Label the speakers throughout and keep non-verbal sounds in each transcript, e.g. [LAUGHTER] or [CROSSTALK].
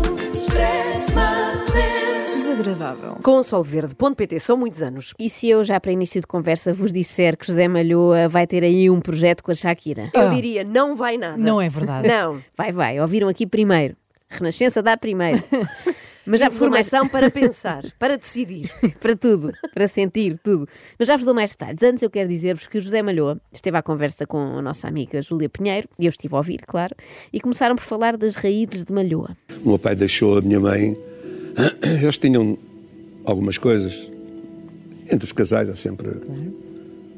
Speaker 1: Extremamente
Speaker 2: Desagradável. Com solverde.pt são muitos anos.
Speaker 3: E se eu já para início de conversa vos disser que José Malhoa vai ter aí um projeto com a Shakira?
Speaker 2: Eu diria, não vai nada.
Speaker 4: Não é verdade.
Speaker 2: Não.
Speaker 3: Vai, vai, ouviram aqui primeiro. Renascença dá primeiro. Mas já vos dou mais
Speaker 2: Informação para pensar, para decidir. [LAUGHS]
Speaker 3: para tudo, para sentir tudo. Mas já vos dou mais detalhes. Antes eu quero dizer-vos que o José Malhoa esteve à conversa com a nossa amiga Júlia Pinheiro, e eu estive a ouvir, claro, e começaram por falar das raízes de Malhoa.
Speaker 5: O meu pai deixou a minha mãe. [CLEARS THROAT] Eles tinham algumas coisas. Entre os casais há sempre.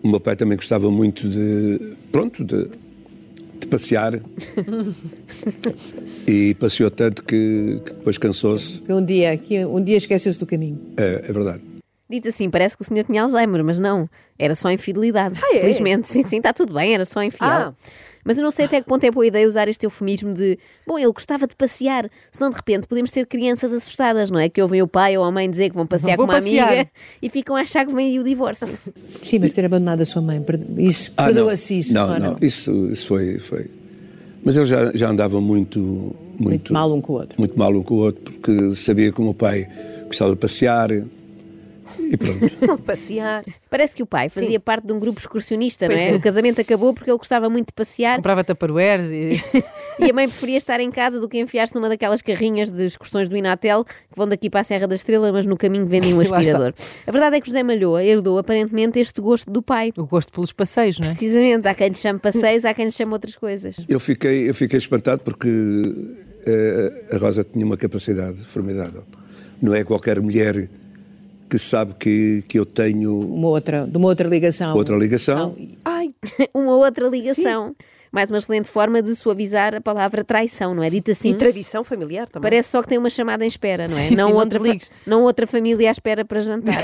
Speaker 5: O meu pai também gostava muito de. Pronto, de, de
Speaker 6: [LAUGHS]
Speaker 5: passear. e passeou tanto que, que depois cansou-se.
Speaker 6: Porque um dia, que um dia esqueceu-se do caminho.
Speaker 5: É, é verdade.
Speaker 3: Dito assim, parece que o senhor tinha Alzheimer, mas não, era só infidelidade.
Speaker 2: é?
Speaker 3: Felizmente, sim, sim, está tudo bem, era só infiel.
Speaker 2: Ah.
Speaker 3: Mas eu não sei até que ponto é boa ideia usar este eufemismo de bom, ele gostava de passear, senão de repente podemos ter crianças assustadas, não é? Que ouvem o pai ou a mãe dizer que vão passear
Speaker 4: Vou
Speaker 3: com uma
Speaker 4: passear.
Speaker 3: amiga e ficam a achar que vem aí o divórcio.
Speaker 6: Sim, mas ter abandonado a sua mãe. perde- Isso,
Speaker 5: Ah,
Speaker 6: perdoa-se isso.
Speaker 5: Não,
Speaker 6: ou
Speaker 5: não, Isso, isso foi, foi. Mas eles já, já andavam muito, muito.
Speaker 6: mal um com o outro.
Speaker 5: Muito mal um com o outro, porque sabia que o meu pai gostava de passear.
Speaker 6: [LAUGHS]
Speaker 5: E pronto.
Speaker 2: Passear.
Speaker 3: Parece que o pai fazia parte de um grupo excursionista, não
Speaker 2: Pois
Speaker 3: é?
Speaker 2: é.
Speaker 3: O casamento acabou porque ele gostava muito de passear
Speaker 4: Comprava taparueres e.
Speaker 3: e a mãe preferia estar em casa do que enfiar-se numa daquelas carrinhas de excursões do Inatel que vão daqui para a Serra da Estrela, mas no caminho vendem um
Speaker 4: [LAUGHS] Lá está.
Speaker 3: aspirador. A verdade é que José Malhoa herdou aparentemente este gosto do pai.
Speaker 4: O gosto pelos passeios, não é?
Speaker 3: Precisamente, há quem lhe chame passeios, há quem lhe chame outras coisas.
Speaker 5: Eu fiquei, eu fiquei espantado porque eh, a Rosa tinha uma capacidade formidável. Não é qualquer mulher que sabe que, que eu tenho
Speaker 6: Uma outra, de uma outra ligação.
Speaker 5: outra ligação.
Speaker 2: Ai,
Speaker 3: [LAUGHS] Uma outra ligação. Mais uma excelente forma de suavizar a palavra traição, não é? Dita assim.
Speaker 2: e tradição familiar também.
Speaker 3: Parece só que tem uma chamada em espera, não é?
Speaker 4: Sim,
Speaker 3: não,
Speaker 4: sim, não
Speaker 3: outra
Speaker 4: desligues.
Speaker 3: não outra família à espera para
Speaker 4: [LAUGHS]
Speaker 3: jantar.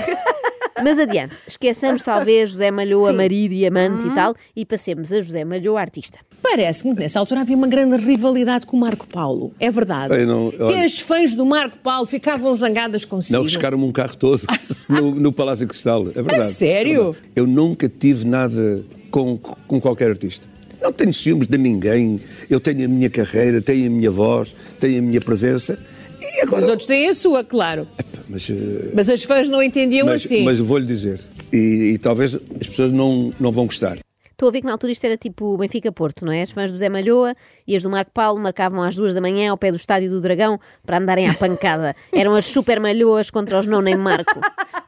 Speaker 3: Mas adiante, esqueçamos talvez José Malhoa, marido e amante
Speaker 4: Hum.
Speaker 3: e tal, e passemos a José Malhoa, artista.
Speaker 6: Parece-me que nessa altura havia uma grande rivalidade com o Marco Paulo. É verdade.
Speaker 5: Eu não-
Speaker 6: Que
Speaker 5: olha-
Speaker 6: as fãs do Marco Paulo ficavam zangadas consigo.
Speaker 5: Não, riscaram-me um
Speaker 6: [LAUGHS]
Speaker 5: carro todo no, no Palácio Cristal. É verdade.
Speaker 6: sério?
Speaker 5: É verdade. Eu nunca tive nada com, com qualquer artista. Não tenho ciúmes de ninguém. Eu tenho a minha carreira, tenho a minha voz, tenho a minha presença. E agora-
Speaker 6: Os outros têm a sua, claro.
Speaker 5: Mas, eh,
Speaker 6: Mas as fãs não entendiam
Speaker 5: mas,
Speaker 6: assim.
Speaker 5: mas vou-lhe dizer. E, e talvez as pessoas não, não vão gostar.
Speaker 3: Estou a ver que na altura isto era tipo Benfica-Porto, não é? As fãs do Zé Malhoa e as do Marco Paulo marcavam às duas da manhã ao pé do Estádio do Dragão para andarem
Speaker 2: [LAUGHS]
Speaker 3: à pancada. Eram as super malhoas contra os não nem Marco.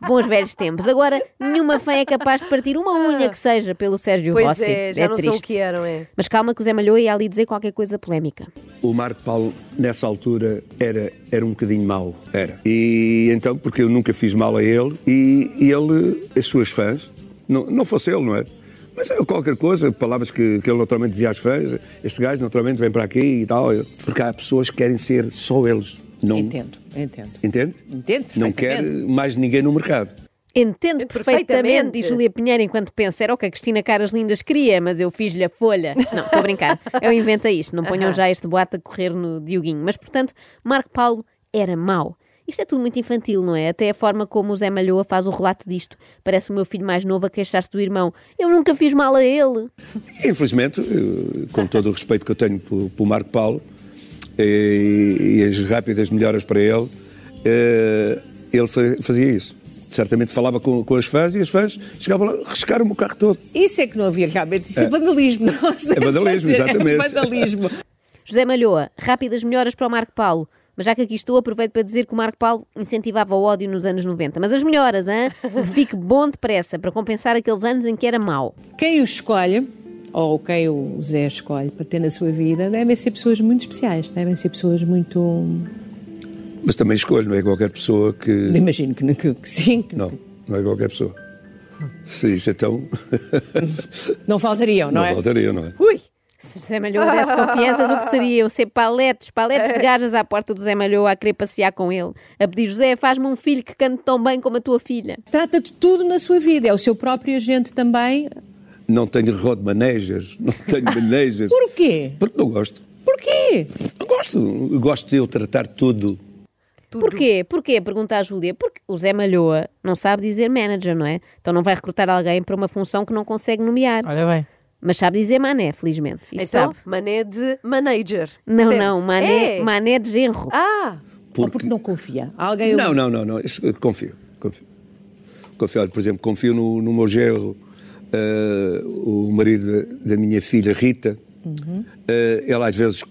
Speaker 3: Bons velhos tempos. Agora, nenhuma fã é capaz de partir uma unha que seja pelo Sérgio
Speaker 2: Pois
Speaker 3: Rossi.
Speaker 2: é, já não são
Speaker 3: triste.
Speaker 2: o que eram, é.
Speaker 3: Mas calma que o Zé Malhoa ia ali dizer qualquer coisa polémica.
Speaker 5: O Marco Paulo, nessa altura, era, era um bocadinho mau. Era. E então, porque eu nunca fiz mal a ele, e, e ele, as suas fãs, não, não fosse ele, não é? Mas era qualquer coisa, palavras que, que ele naturalmente dizia às fãs, este gajo naturalmente vem para aqui e tal. Porque há pessoas que querem ser só eles. Não,
Speaker 6: Entendo, entendo.
Speaker 5: Entende?
Speaker 6: Entendo
Speaker 5: Não quer
Speaker 6: perfeitamente.
Speaker 5: mais ninguém no mercado.
Speaker 3: Entendo
Speaker 2: Perfeitamente.
Speaker 3: perfeitamente, diz Julia Pinheiro, enquanto pensa, era o que a Cristina Caras Lindas queria, mas eu fiz-lhe a folha. Não, estou a brincar. Eu invento isto, não ponham já este boato a correr no Dioguinho. Mas, portanto, Marco Paulo era mau. Isto é tudo muito infantil, não é? Até a forma como o Zé Malhoa faz o relato disto. Parece o meu filho mais novo a queixar-se do irmão. Eu nunca fiz mal a ele.
Speaker 5: Infelizmente, eh, com todo o respeito que eu tenho para o Marco Paulo eh, e as rápidas melhoras para ele, eh, ele fa- fazia isso. Certamente falava com, com as fãs e as fãs chegavam lá, riscaram-me o carro todo.
Speaker 6: Isso é que não havia realmente. Isso é, vandalismo. Não, se deve [LAUGHS]
Speaker 5: vandalismo,
Speaker 6: fazer,
Speaker 5: exatamente.
Speaker 6: É vandalismo.
Speaker 3: José Malhoa, rápidas melhoras para o Marco Paulo. Mas já que aqui estou, aproveito para dizer que o Marco Paulo incentivava o ódio nos anos 90. Mas as melhoras, hã? Que fique bom depressa para compensar aqueles anos em que era mau.
Speaker 6: Quem o escolhe, ou quem o Zé escolhe para ter na sua vida, devem ser pessoas muito especiais, devem ser pessoas muito.
Speaker 5: Mas também escolho, não é qualquer pessoa
Speaker 6: Não
Speaker 5: que.
Speaker 6: imagino que, que- que sim, que
Speaker 5: Não, não é qualquer pessoa. Se isso então.
Speaker 6: [LAUGHS] não faltariam, não,
Speaker 5: Não,
Speaker 6: é?
Speaker 5: voltaria, não é?
Speaker 2: Ui,
Speaker 3: Se Zé Malhoa desse confianças, o que seriam ser paletes,
Speaker 4: [LAUGHS]
Speaker 3: paletes de gajas à porta do Zé Malhoa a querer passear com ele, a pedir José, faz-me um filho que cante tão bem como a tua filha.
Speaker 6: Trata de tudo na sua vida, é o seu próprio agente também.
Speaker 5: Não tenho road managers, [LAUGHS] não tenho managers.
Speaker 6: Porquê?
Speaker 5: Porque não gosto.
Speaker 6: Porquê?
Speaker 5: Não gosto. Eu Gosto de eu tratar tudo.
Speaker 2: Tudo.
Speaker 3: Porquê? Porquê? Pergunta a Júlia. Porque o Zé Malhoa não sabe dizer manager, não é? Então não vai recrutar alguém para uma função que não consegue nomear.
Speaker 4: Olha bem.
Speaker 3: Mas sabe dizer mané, felizmente. E
Speaker 2: Então,
Speaker 3: sabe?
Speaker 2: mané de manager.
Speaker 3: Não,
Speaker 2: Percebe?
Speaker 3: não, mané,
Speaker 2: É.
Speaker 3: mané de genro.
Speaker 2: Ah,
Speaker 6: Ou porque não confia. Alguém
Speaker 5: Não, não, não, não. Isso, eu confio, confio. Confio, Olha, por exemplo, confio no, no meu gerro, eh, o marido da- da minha filha Rita. Eh, ele às vezes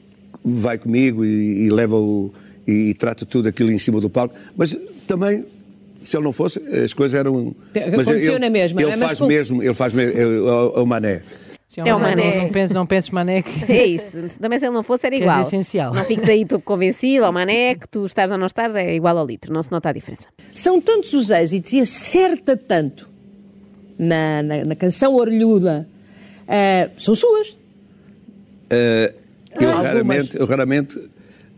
Speaker 5: vai comigo e, e leva o e, trata tudo aquilo em cima do palco. Mas também, se ele não fosse, as coisas eram.
Speaker 6: Te- aconteceu
Speaker 5: ele,
Speaker 6: na mesma,
Speaker 5: Ele
Speaker 6: não é? Mas
Speaker 5: faz
Speaker 6: com-
Speaker 5: mesmo, ele faz mesmo, é, o- é o mané.
Speaker 4: Se
Speaker 3: É o
Speaker 4: não-
Speaker 3: Mané.
Speaker 4: Não, não penses, não penses, Mané, que
Speaker 3: [LAUGHS] É isso. Também se ele não fosse, era
Speaker 4: [LAUGHS] Que é
Speaker 3: igual.
Speaker 4: essencial.
Speaker 3: Não fiques aí todo convencido, ao mané, que tu estás ou não estás, é igual ao litro, não se nota a diferença.
Speaker 6: São tantos os êxitos e acerta tanto na, na, na canção orelhuda. Ah, são suas.
Speaker 5: Eh, eu,
Speaker 6: Algumas.
Speaker 5: raramente, eu raramente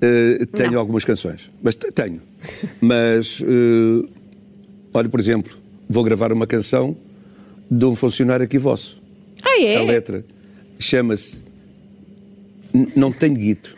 Speaker 5: eh, tenho algumas canções, mas te- tenho. mas, eh, olha, por exemplo, vou gravar uma canção de um funcionário aqui vosso.
Speaker 6: Ah, é?
Speaker 5: A letra chama-se N- Não Tenho Guito.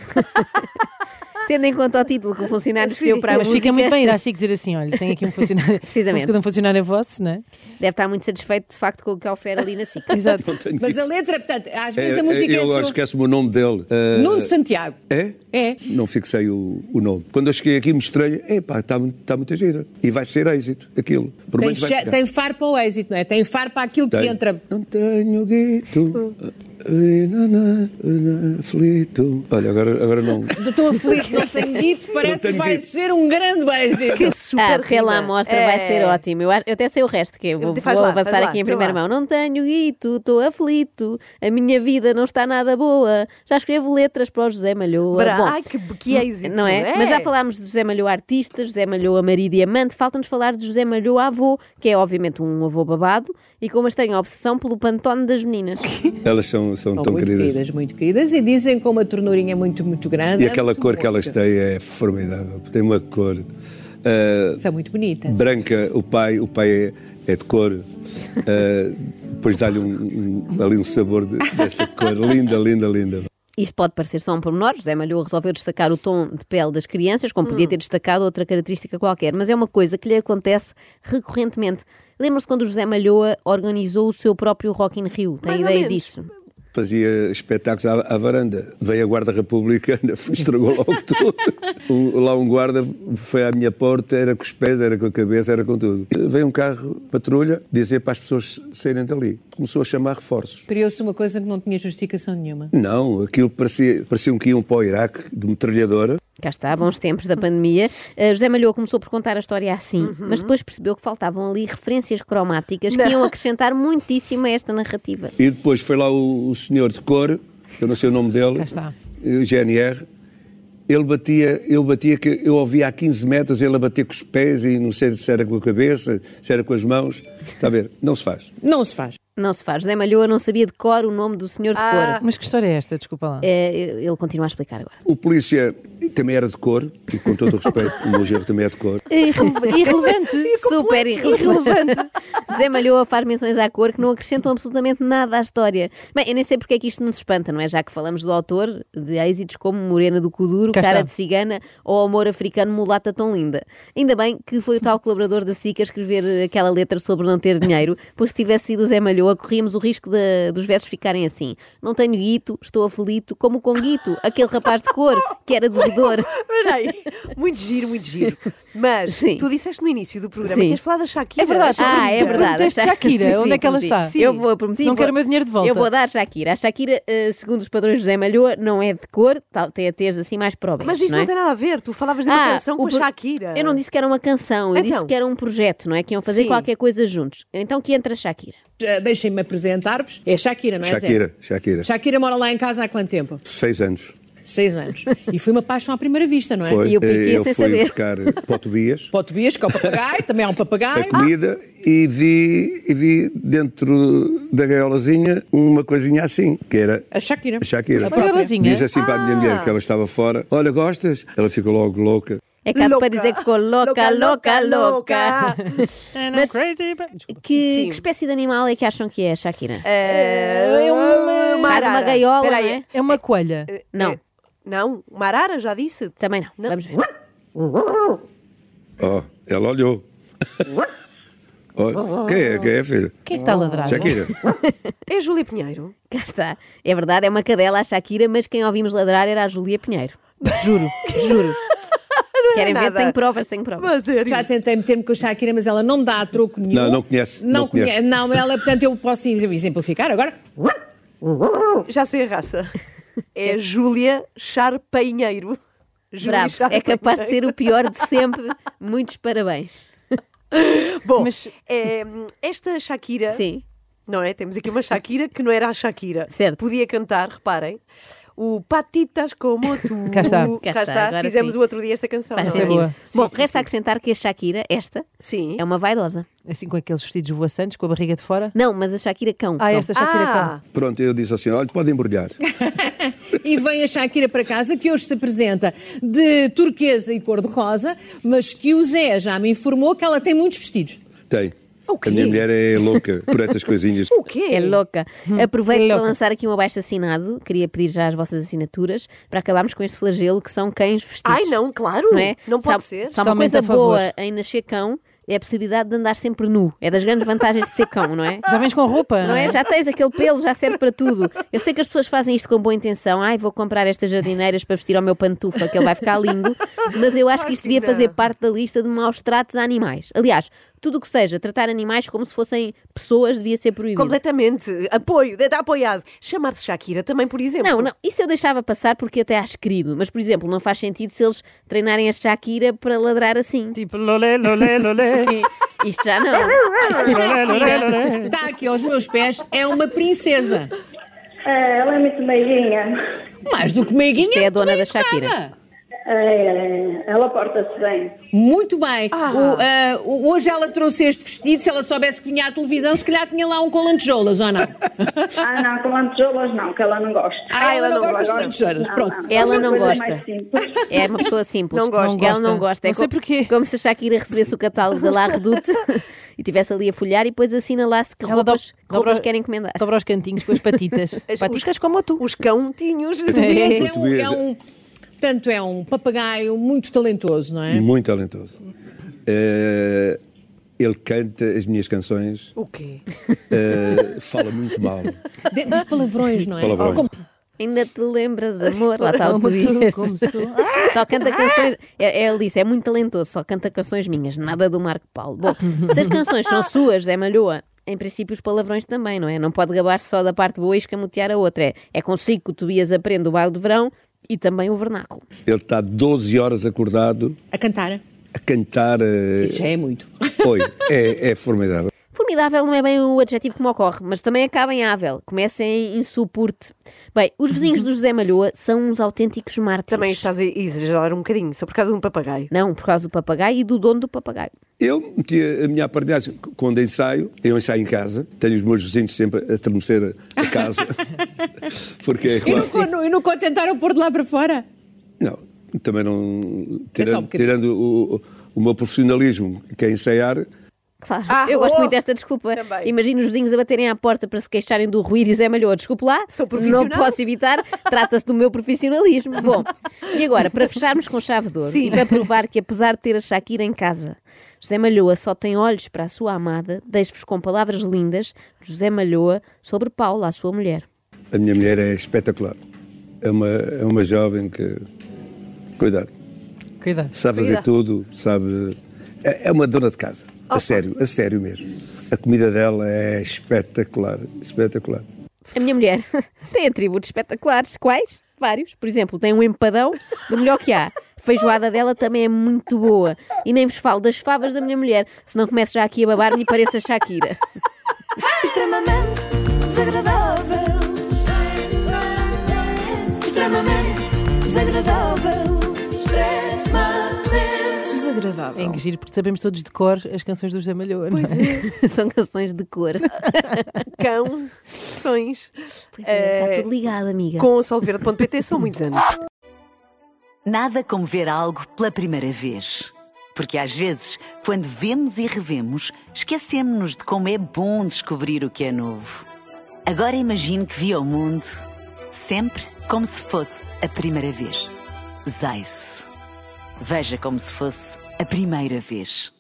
Speaker 3: Tendo em conta o título que
Speaker 2: [LAUGHS]
Speaker 3: o funcionário escolheu para a
Speaker 4: Mas
Speaker 3: música,
Speaker 4: fica muito bem ir à Chico dizer assim: olha, tem aqui um
Speaker 3: [LAUGHS]
Speaker 4: funcionário.
Speaker 3: Precisamente.
Speaker 4: Música de um funcionário vosso, né?
Speaker 3: deve estar muito satisfeito de facto com o que oferece ali
Speaker 2: [LAUGHS]
Speaker 3: na SIC.
Speaker 4: Exato.
Speaker 5: Não tenho
Speaker 6: Mas
Speaker 5: guito.
Speaker 6: a letra, portanto, às
Speaker 5: É,
Speaker 6: vezes
Speaker 5: é,
Speaker 6: a música é
Speaker 5: eu
Speaker 6: sua.
Speaker 5: esqueço-me o nome dele. Eh,
Speaker 6: Nuno Santiago.
Speaker 5: é?
Speaker 6: É.
Speaker 5: Não fixei o, o nome. Quando eu cheguei aqui, mostrei-lhe: epá, está mu- está muita gira. E vai ser êxito aquilo. Por
Speaker 6: Tem,
Speaker 5: menos vai
Speaker 6: che-
Speaker 5: pegar.
Speaker 6: tem far para o êxito, não é? Tem far para aquilo que
Speaker 5: Tenho.
Speaker 6: entra.
Speaker 5: Não tenho guito. eh, na, na, na, Aflito. Olha, agora, agora não.
Speaker 6: Estou aflito, não tenho dito, parece
Speaker 5: tenho
Speaker 6: que vai
Speaker 5: dito.
Speaker 6: ser um grande êxito.
Speaker 2: que é super
Speaker 3: Ah, pela
Speaker 2: rima.
Speaker 3: amostra
Speaker 2: É.
Speaker 3: vai
Speaker 2: [LAUGHS]
Speaker 3: ser ótimo. Eu, acho- eu até sei o resto, que eu vou,
Speaker 2: Faz
Speaker 3: vou
Speaker 2: lá,
Speaker 3: avançar
Speaker 2: faz lá,
Speaker 3: aqui em
Speaker 2: então
Speaker 3: primeira
Speaker 2: vá.
Speaker 3: mão. Não tenho guito, estou aflito, a minha vida não está nada boa. Já escrevo letras para o José Malhoa.
Speaker 2: Bra-
Speaker 3: Bom,
Speaker 2: Ai, que, que êxito.
Speaker 3: Não é? Mas já falámos de José Malhoa artista, José Malhoa Maria Diamante, falta-nos falar de José Malhoa avô, que é obviamente um avô babado e com uma estranha obsessão pelo pantone das meninas.
Speaker 5: Elas são, são
Speaker 6: São
Speaker 5: tão
Speaker 6: muito
Speaker 5: queridas.
Speaker 6: queridas. muito queridas, e dizem com uma tornurinha muito, muito grande.
Speaker 5: E
Speaker 6: É
Speaker 5: aquela
Speaker 6: muito
Speaker 5: cor que
Speaker 6: boa.
Speaker 5: elas têm é formidável. Tem uma cor. eh,
Speaker 6: São muito bonitas.
Speaker 5: branca, o pai, o pai é, é de cor. eh, depois dá-lhe um, um- ali um sabor de- desta cor. Linda, linda, linda.
Speaker 3: Isto pode parecer só um pormenor, José Malhoa resolveu destacar o tom de pele das crianças, como podia
Speaker 2: Hum.
Speaker 3: ter destacado outra característica qualquer, mas é uma coisa que lhe acontece recorrentemente. Lembra-se quando o José Malhoa organizou o seu próprio Rock in Rio? Tem
Speaker 2: Mais ou
Speaker 3: ideia
Speaker 2: menos.
Speaker 3: disso?
Speaker 5: Fazia espetáculos à, à varanda. Veio a guarda republicana, [LAUGHS] estragou logo tudo. Um- lá um guarda foi à minha porta, era com os pés, era com a cabeça, era com tudo. Veio um carro, patrulha, dizer para as pessoas saírem dali. Começou a chamar reforços.
Speaker 6: Criou-se uma coisa que não tinha justificação nenhuma.
Speaker 5: Não, aquilo parecia, parecia um que iam para o Iraque, de metralhadora.
Speaker 3: Cá está, bons tempos da pandemia. Uh, José Malhoa começou por contar a história assim,
Speaker 2: Uhum.
Speaker 3: mas depois percebeu que faltavam ali referências cromáticas que iam acrescentar muitíssimo a esta narrativa.
Speaker 5: E depois foi lá o, o senhor de cor, que eu não sei o nome dele.
Speaker 4: Cá está.
Speaker 5: eh, GNR. Ele batia, ele batia que eu ouvia a 15 metros ele a bater com os pés e não sei se era com a cabeça, se era com as mãos. Está a ver? Não se faz.
Speaker 6: Não se faz.
Speaker 3: Não se faz. José Malhoa não sabia de cor o nome do senhor de
Speaker 2: Ah.
Speaker 3: cor.
Speaker 4: Mas que história é esta? Desculpa lá.
Speaker 3: Uh, ele continua a explicar agora.
Speaker 5: O polícia também era de cor, e com todo o respeito, o meu gerro também é de cor.
Speaker 4: Irrelevante. [LAUGHS] Irrelevante.
Speaker 3: Super irrelevante. José Malhoa faz menções à cor que não acrescentam absolutamente nada à história. Bem, eu nem sei porque é que isto nos espanta, não é? Já que falamos do autor de êxitos como Morena do Coduro,
Speaker 4: Cá
Speaker 3: Cara
Speaker 4: está.
Speaker 3: de Cigana ou Amor Africano Mulata Tão Linda. Ainda bem que foi o tal colaborador da SICA a escrever eh, aquela letra sobre não ter dinheiro, pois se tivesse sido o Zé Malhoa, corríamos o risco de- dos versos ficarem assim. Não tenho guito, estou aflito, como o Conguito, aquele rapaz de cor que era devedor.
Speaker 2: Peraí, muito giro, muito giro. Mas
Speaker 3: Sim.
Speaker 2: tu disseste no início do programa
Speaker 3: Sim.
Speaker 2: que ias falar da Shakira.
Speaker 4: É verdade,
Speaker 3: Ah,
Speaker 4: Shakira.
Speaker 3: é
Speaker 4: Tu
Speaker 3: verdade.
Speaker 4: perguntaste
Speaker 3: Sim, [LAUGHS]
Speaker 4: Shakira,
Speaker 3: sim,
Speaker 4: onde é que ela
Speaker 3: prometi.
Speaker 4: está?
Speaker 2: Sim.
Speaker 3: Eu vou, eu prometi.
Speaker 4: Não
Speaker 3: vou-
Speaker 4: quero o meu dinheiro de volta.
Speaker 3: Eu vou dar Shakira. A Shakira, eh, segundo os padrões de José Malhoa, não é de cor, tal- tem a tez assim mais para o
Speaker 2: Mas
Speaker 3: beijo,
Speaker 2: isso não,
Speaker 3: não é?
Speaker 2: tem nada a ver. Tu falavas de uma
Speaker 3: Ah,
Speaker 2: canção com
Speaker 3: o
Speaker 2: a
Speaker 3: pro-
Speaker 2: Shakira.
Speaker 3: Eu não disse que era uma canção, eu disse
Speaker 2: Então.
Speaker 3: que era um projeto, não é? Que iam fazer
Speaker 2: Sim.
Speaker 3: qualquer coisa juntos. Então que entra a Shakira.
Speaker 6: Ah, Deixem-me apresentar-vos. É Shakira, não é? Zé?
Speaker 5: Shakira, Shakira.
Speaker 6: Shakira mora lá em casa há quanto tempo?
Speaker 5: Seis anos.
Speaker 6: Seis anos. E foi uma paixão à primeira vista, não é?
Speaker 5: Foi.
Speaker 3: E o Piquet
Speaker 5: eh, ele
Speaker 3: sem
Speaker 5: foi
Speaker 3: saber.
Speaker 5: buscar Potobias,
Speaker 6: Para o Tobias, que é o papagaio, também há um
Speaker 5: a
Speaker 6: papagaio.
Speaker 5: comida, e vi, e vi dentro da gaiolazinha uma coisinha assim, que era
Speaker 6: Ah, A Shakira.
Speaker 5: a Shakira.
Speaker 4: A gaiolazinha?
Speaker 5: Diz assim para a minha mulher que ela estava fora: Olha, gostas? Ela ficou logo louca.
Speaker 3: É caso para dizer que ficou louca, louca, louca.
Speaker 4: And
Speaker 3: Mas-
Speaker 4: I'm crazy, but- Desculpa.
Speaker 3: Que, que espécie de animal é que acham que é a Shakira?
Speaker 2: É, uma,
Speaker 3: Há de uma
Speaker 2: arara.
Speaker 3: gaiola,
Speaker 2: Espera aí.
Speaker 3: não é?
Speaker 4: É uma coelha.
Speaker 3: Não,
Speaker 2: É, Não, uma arara, já disse.
Speaker 3: também não. Vamos ver.
Speaker 5: Oh, ela olhou. Oh, quem é? Quem é, filha?
Speaker 4: Quem é que está a ladrar?
Speaker 5: Shakira.
Speaker 2: É Júlia Pinheiro.
Speaker 3: Cá está. É verdade, é uma cadela a Shakira, mas quem ouvimos ladrar era a Júlia Pinheiro.
Speaker 4: Juro, juro.
Speaker 3: Querem ver?
Speaker 2: nada.
Speaker 3: Tenho provas, tenho provas.
Speaker 2: Mas sério.
Speaker 6: Já tentei meter-me com a Shakira, mas ela não me dá a troco nenhum.
Speaker 5: Não, não conhece,
Speaker 6: Não,
Speaker 5: não conhece.
Speaker 6: conhece. Não, mas ela, portanto, eu posso exemplificar agora.
Speaker 2: Já sei a
Speaker 3: [LAUGHS]
Speaker 2: raça. É Júlia Charpeinheiro. Júlia
Speaker 3: Bravo, é capaz de ser o pior
Speaker 2: [LAUGHS]
Speaker 3: de sempre. Muitos parabéns.
Speaker 2: Bom,
Speaker 4: Mas-
Speaker 2: é, hum, esta Shakira,
Speaker 3: Sim.
Speaker 2: não é? Temos aqui uma Shakira que não era a Shakira.
Speaker 3: Certo.
Speaker 2: Podia cantar, reparem. O Patitas
Speaker 3: [LAUGHS]
Speaker 2: como tu.
Speaker 4: Cá está.
Speaker 3: Cá
Speaker 2: Cá,
Speaker 3: está,
Speaker 2: está.
Speaker 3: agora
Speaker 2: Fizemos
Speaker 3: sim.
Speaker 2: o outro dia esta canção.
Speaker 3: Faz
Speaker 2: não é?
Speaker 4: ser
Speaker 3: sentido.
Speaker 4: boa.
Speaker 3: Bom,
Speaker 2: Sim, sim,
Speaker 3: resta
Speaker 2: sim.
Speaker 3: acrescentar que a Shakira, esta,
Speaker 2: Sim.
Speaker 3: é uma vaidosa.
Speaker 4: Assim com aqueles vestidos voaçantes, com a barriga de fora.
Speaker 3: Não, mas a Shakira cão.
Speaker 4: Ah, esta Shakira
Speaker 2: Ah,
Speaker 5: Pronto, eu disse assim: Olha, podem embrulhar.
Speaker 6: E vem a Shakira para casa, que hoje se apresenta de turquesa e cor-de-rosa, mas que o Zé já me informou que ela tem muitos vestidos.
Speaker 5: Tem.
Speaker 2: O quê?
Speaker 5: A minha mulher é louca por estas coisinhas.
Speaker 2: o quê?
Speaker 3: É louca.
Speaker 2: Hum.
Speaker 3: Aproveito
Speaker 2: É
Speaker 3: para
Speaker 4: Louca.
Speaker 3: lançar aqui um abaixo assinado. Queria pedir já as vossas assinaturas para acabarmos com este flagelo que são cães vestidos.
Speaker 2: Ai, não, claro.
Speaker 3: Não, é?
Speaker 2: Não pode
Speaker 3: Sabe-
Speaker 2: ser.
Speaker 3: Só uma
Speaker 4: Totalmente
Speaker 3: coisa
Speaker 4: a favor.
Speaker 3: boa em nascer cão é a possibilidade de andar sempre nu. É das grandes vantagens de ser cão,
Speaker 2: [LAUGHS]
Speaker 3: não é?
Speaker 4: Já vens com roupa?
Speaker 3: Não é? Já tens aquele pelo, já serve para tudo. Eu sei que as pessoas fazem isto com boa intenção. Ai, vou comprar estas jardineiras para vestir ao meu pantufa, que ele vai ficar lindo. Mas eu acho que isto devia
Speaker 2: Martina.
Speaker 3: fazer parte da lista de maus tratos a animais. Aliás, tudo o que seja tratar animais como se fossem pessoas devia ser proibido.
Speaker 2: Completamente. Apoio, está apoiado. Chamar-se Shakira também, por exemplo.
Speaker 3: Não, não, isso eu deixava passar porque até acho querido. Mas, por exemplo, não faz sentido se eles treinarem a Shakira para ladrar assim.
Speaker 4: Tipo, lolé, lolé, lolé.
Speaker 3: [LAUGHS] Isto já não.
Speaker 6: Shakira está aqui aos meus pés, é uma princesa.
Speaker 7: É, ela é muito meiguinha.
Speaker 6: Mais do que meiguinha.
Speaker 3: Isto é a dona
Speaker 6: bem
Speaker 3: da Shakira.
Speaker 6: educada.
Speaker 7: É, ela porta-se bem.
Speaker 6: Muito bem. O, ah, o- hoje ela trouxe este vestido. Se ela soubesse que vinha à televisão, se calhar tinha lá um com lantejoulas, ou não?
Speaker 7: Ah, não, com lantejoulas não, que ela não gosta.
Speaker 6: Ah, ela não gosta de
Speaker 7: de
Speaker 6: lantejoulas. Pronto.
Speaker 3: Ela não
Speaker 7: coisa
Speaker 3: gosta.
Speaker 7: mais simples.
Speaker 3: É uma pessoa simples.
Speaker 2: Não gosta.
Speaker 3: Ela não gosta. É
Speaker 4: Não sei
Speaker 3: co-
Speaker 4: porquê.
Speaker 3: Como se a Shakira recebesse o catálogo da La Redoute [LAUGHS] e estivesse ali a folhar e depois assina lá se que
Speaker 4: Ela
Speaker 3: roupas,
Speaker 4: dobra-
Speaker 3: que roupas
Speaker 4: dobra-
Speaker 3: querem encomendar.
Speaker 4: Dobra os cantinhos com
Speaker 3: [LAUGHS]
Speaker 4: as patitas.
Speaker 2: As-
Speaker 4: patitas
Speaker 2: os-
Speaker 4: como a tu.
Speaker 2: Os cãotinhos.
Speaker 6: Mas
Speaker 5: Sim.
Speaker 6: é um, é um- portanto, é um papagaio muito talentoso, não é?
Speaker 5: Muito talentoso. Eh, ele canta as minhas canções,
Speaker 2: O quê?
Speaker 5: eh, fala muito mal.
Speaker 6: De- Dos palavrões, não é?
Speaker 5: Palavrões.
Speaker 6: Como-
Speaker 3: Ainda te lembras, amor? Lá está o Tobias. [LAUGHS] Só canta canções. É, é, ele disse, é muito talentoso, só canta canções minhas, nada do Marco Paulo. Bom, se as canções são suas, é Malhoa. Em princípio, os palavrões também, não é? Não pode gabar-se só da parte boa e escamotear a outra. É, é consigo que o Tobias aprende o baile de verão e também o vernáculo.
Speaker 5: Ele está 12 horas acordado
Speaker 6: A cantar.
Speaker 5: a cantar. eh,
Speaker 6: Isso já é muito.
Speaker 5: Oi, é, é formidável.
Speaker 3: Formidável não é bem o adjetivo que me ocorre, mas também acaba em ável. Começa em insuporte. Bem, os vizinhos do José Malhoa são uns autênticos mártires.
Speaker 2: Também estás a exagerar um bocadinho, só por causa de um papagaio.
Speaker 3: Não, por causa do papagaio e do dono do papagaio.
Speaker 5: Eu metia a minha aparelhagem quando ensaio, eu ensaio em casa, tenho os meus vizinhos sempre a tremecer a casa.
Speaker 6: [LAUGHS]
Speaker 5: Porque é
Speaker 6: E
Speaker 5: claro.
Speaker 6: não, e não contentaram pôr de lá para fora?
Speaker 5: Não, também não.
Speaker 6: só um
Speaker 5: Tirando,
Speaker 6: bocadinho.
Speaker 5: tirando o, o meu profissionalismo, que é ensaiar,
Speaker 3: Claro,
Speaker 2: Ah,
Speaker 3: eu gosto
Speaker 2: oh!
Speaker 3: muito desta desculpa.
Speaker 2: Também.
Speaker 3: Imagino os vizinhos a baterem à porta para se queixarem do ruído e o Zé Malhoa. Desculpe lá,
Speaker 2: Sou
Speaker 3: não
Speaker 2: profissional.
Speaker 3: posso evitar, trata-se do meu profissionalismo. Bom, e agora, para fecharmos com chave de ouro
Speaker 2: Sim.
Speaker 3: e para provar que apesar de ter a Shakira em casa, José Malhoa só tem olhos para a sua amada, deixo-vos com palavras lindas de José Malhoa sobre Paula, a sua mulher.
Speaker 5: a minha mulher é espetacular. É uma, é uma jovem que. Cuidado,
Speaker 4: Cuidado.
Speaker 5: sabe fazer
Speaker 2: Cuidado.
Speaker 5: tudo, sabe. É é uma dona de casa, a sério, a sério mesmo. A comida dela é espetacular, espetacular.
Speaker 3: A minha mulher [LAUGHS] tem atributos espetaculares. Quais? Vários. Por exemplo, tem um empadão do melhor que há. A feijoada dela também é muito boa. E nem vos falo das favas da minha mulher, senão começo já aqui a babar-me e pareço a Shakira. [LAUGHS]
Speaker 1: Extremamente desagradável. Extremamente desagradável, extremamente
Speaker 4: É
Speaker 2: Desagradável.
Speaker 4: que giro, porque sabemos todos de cor as canções do José Malhoa. Pois é.
Speaker 3: São canções de cor.
Speaker 8: Cão, sons.
Speaker 3: Pois é,
Speaker 2: Eh,
Speaker 3: está tudo ligado, amiga.
Speaker 8: Com o solverde.pt são muitos anos.
Speaker 9: Nada como ver algo pela primeira vez. Porque às vezes, quando vemos e revemos, esquecemos-nos de como é bom descobrir o que é novo. Agora imagine que viu o mundo sempre como se fosse a primeira vez. Zais. Veja como se fosse a primeira vez.